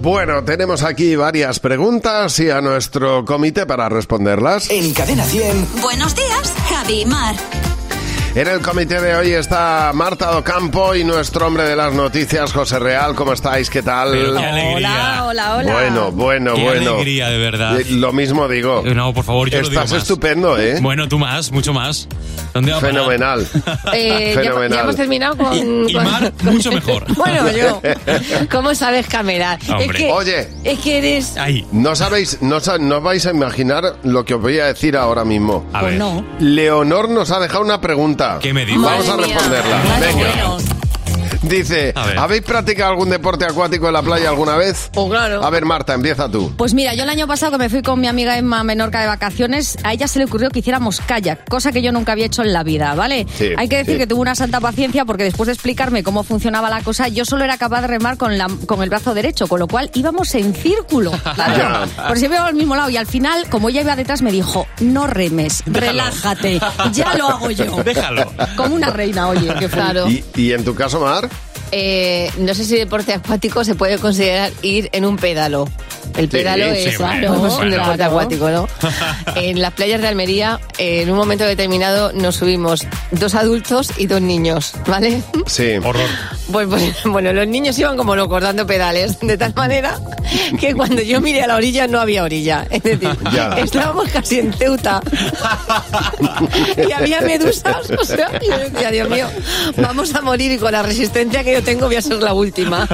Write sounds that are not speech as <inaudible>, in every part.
Bueno, tenemos aquí varias preguntas y a nuestro comité para responderlas. En Cadena 100. Buenos días, Javi y Mar. En el comité de hoy está Marta Ocampo y nuestro hombre de las noticias, José Real. ¿Cómo estáis? ¿Qué tal? Pero qué alegría. Hola, hola, hola. Bueno, bueno, Qué bueno. alegría, de verdad. Eh, Lo mismo digo. No, por favor, yo lo digo Estás más. estupendo, ¿eh? Bueno, tú más, mucho más. ¿Dónde va a parar? Fenomenal. Eh, ya- <laughs> ya, Fenomenal. hemos terminado <laughs> con. Y, y con- <laughs> Mar, mucho mejor. Bueno, yo. ¿Cómo sabes camerar? Hombre. Es que, Oye. Es que eres. Ahí, No sabéis, no, sa- no vais a imaginar lo que os voy a decir ahora mismo. a Pues ver. no. Leonor nos ha dejado una pregunta. ¿Qué me dices? Vamos a Madre mía. responderla. Bueno, Venga. bueno. Dice, A ver. ¿habéis practicado algún deporte acuático en la playa alguna vez? Pues claro. A ver, Marta, empieza tú. Pues mira, yo el año pasado que me fui con mi amiga Emma a Menorca de vacaciones, a ella se le ocurrió que hiciéramos kayak, cosa que yo nunca había hecho en la vida, ¿vale? Sí, Hay que decir sí. que tuvo una santa paciencia porque después de explicarme cómo funcionaba la cosa, yo solo era capaz de remar con, la- con el brazo derecho, con lo cual íbamos <laughs> en círculo, claro. Ya. Por si íbamos al mismo lado y al final, como ella iba detrás, me dijo, no remes, relájate, ya lo hago <laughs> yo. Déjalo. Como una reina, oye, que Claro. ¿Y, y en tu caso, Mar? Eh, no sé si deporte acuático se puede considerar ir en un pédalo. El pédalo sí, es bueno, ¿no? bueno. un deporte <laughs> acuático, ¿no? En las playas de Almería, en un momento determinado, nos subimos dos adultos y dos niños, ¿vale? Sí. Horror. Pues, pues, <laughs> bueno, los niños iban como locos dando pedales, de tal manera que cuando yo miré a la orilla no había orilla. Es decir, Ya. estábamos casi en Ceuta y había medusas. O sea, yo decía, Dios mío, vamos a morir y con la resistencia que yo tengo voy a ser la última.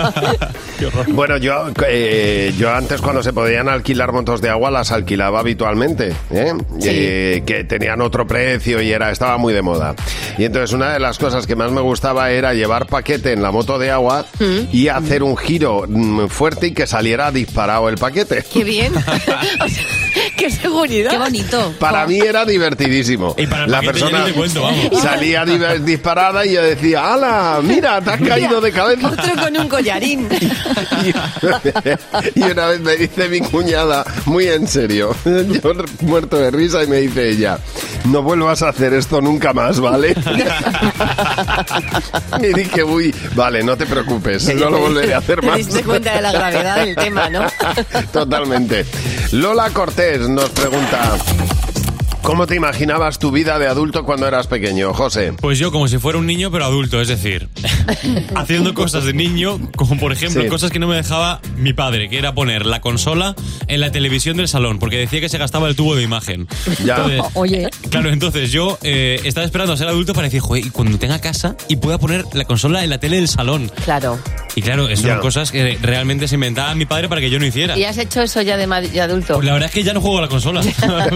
Bueno, yo, eh, yo antes cuando se podían alquilar motos de agua las alquilaba habitualmente, ¿eh? Eh, que tenían otro precio y era estaba muy de moda. Y entonces una de las cosas que más me gustaba era llevar paquete en la moto de agua Mm. y hacer un giro mm, fuerte y que saliera disparado el paquete. Qué bien. Qué seguridad. Qué bonito. Para mí era divertidísimo. Y para el la paquete ya persona ni te cuento, vamos. salía di- disparada y yo decía, ¡Hala! Mira, te has caído de cabeza. <laughs> Otro con un <laughs> collarín. y una vez me dice mi cuñada, muy en serio, <laughs> yo muerto de risa y me dice ella, no vuelvas a hacer esto nunca más, <laughs> ¿vale? y dije, uy, vale, no te preocupes, no lo volveré a hacer Te más. diste cuenta de la gravedad del tema, ¿no? <laughs> Totalmente. Lola Cortés nos pregunta, ¿cómo te imaginabas tu vida de adulto cuando eras pequeño, José? Pues yo como si fuera un niño pero adulto, es decir, <laughs> haciendo cosas de niño, como por ejemplo Sí. cosas que no me dejaba mi padre, que era poner la consola en la televisión del salón, porque decía que se gastaba el tubo de imagen. Ya. Entonces, Oye. Claro, entonces yo eh, estaba esperando a ser adulto para decir, joder, y cuando tenga casa y pueda poner la consola en la tele del salón. Claro. Y claro, eso Ya. son cosas que realmente se inventaba mi padre para que yo no hiciera. ¿Y has hecho eso ya de, ma- de adulto? Pues la verdad es que ya no juego a la consola. <laughs>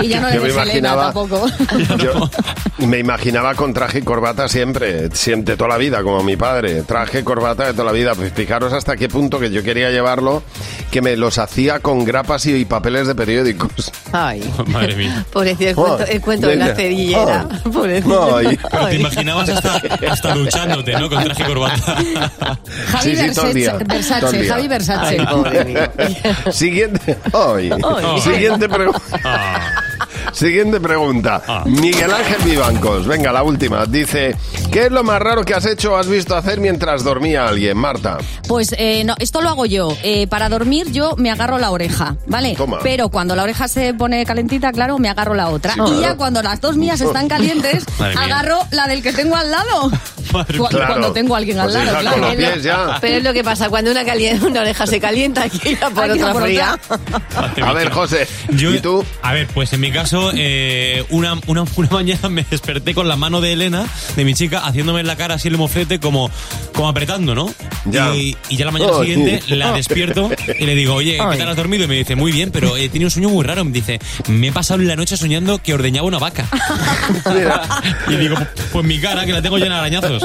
Y ya no Yo me eres Elena imaginaba- tampoco. <laughs> <laughs> Yo me imaginaba con traje y corbata siempre, siempre toda la vida, como mi padre. Traje y corbata de toda la vida. Pues fijaros hasta qué punto que yo quería llevarlo, que me los hacía con grapas y, y papeles de periódicos. Ay. Madre mía. Pobrecito, el cuento, el cuento de la Venga. cerillera. Ay. Pobrecito. Ay. Pero te Ay. imaginabas hasta, hasta duchándote, ¿no? Con traje y corbata. Javi Sí, sí, todo el día. Versace, Todo el Versace, día. Javi Versace. Ay, pobre mío. Siguiente. Hoy. Hoy. Siguiente pregunta. Ah, Siguiente pregunta. Ah. Miguel Ángel Vivancos, venga, la última. Dice, ¿qué es lo más raro que has hecho o has visto hacer mientras dormía alguien, Marta? Pues eh, no, esto lo hago yo. Eh, para dormir yo me agarro la oreja, ¿vale? Toma. Pero cuando la oreja se pone calentita, claro, me agarro la otra. Sí, y claro. ya cuando las dos mías están calientes, <laughs> Madre mía. agarro la del que tengo al lado. Madre Cu- Claro. Cuando tengo a alguien al Pues lado, hija, claro. con los pies ya. Pero es lo que pasa, cuando una, cali- <laughs> una oreja se calienta, aquí ir por Hay que ir a otra por fría. madre A mía. ver, José, ¿y tú? A ver, pues en mi caso, eh, una, una, una mañana me desperté con la mano de Elena, de mi chica, haciéndome en la cara así el moflete, como, como apretando, ¿no? Ya. Oh, Y, y ya la mañana Ay. siguiente la despierto y le digo, oye, ¿qué tal has dormido? Y me dice, muy bien, pero he tenido un sueño muy raro. Me dice, me he pasado la noche soñando que ordeñaba una vaca. y digo, pues mi cara, que la tengo llena de arañazos.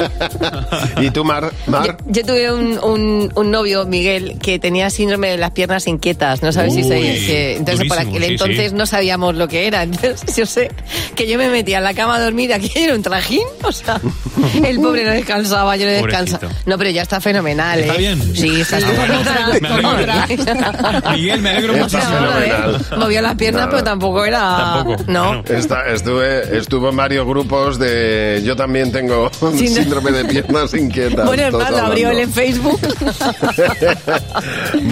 <laughs> ¿Y tú, Mar? Yo, Mar? yo tuve un, un- un novio, Miguel, que tenía síndrome de las piernas inquietas. No sabes si Uy, se dice. Entonces, por durísimo, aquel sí, entonces sí. no sabíamos lo que era. Entonces, yo sé que yo me metía en la cama a dormir, aquí era un trajín. O sea, el pobre no descansaba, yo no descansaba. Pobrecito. No, pero ya está fenomenal. ¿Está ¿eh? bien? Sí, está Sí, súper otra, Me alegro. <laughs> Miguel, me alegro Está Está muchísimo. fenomenal. ¿eh? Movió las piernas, Nada. pero tampoco era. Tampoco. No. Esta- estuve, estuvo en varios grupos de yo también tengo un Sí, no. síndrome de piernas inquietas. Bueno, el Todos pan lo abrió él hablando. en Facebook.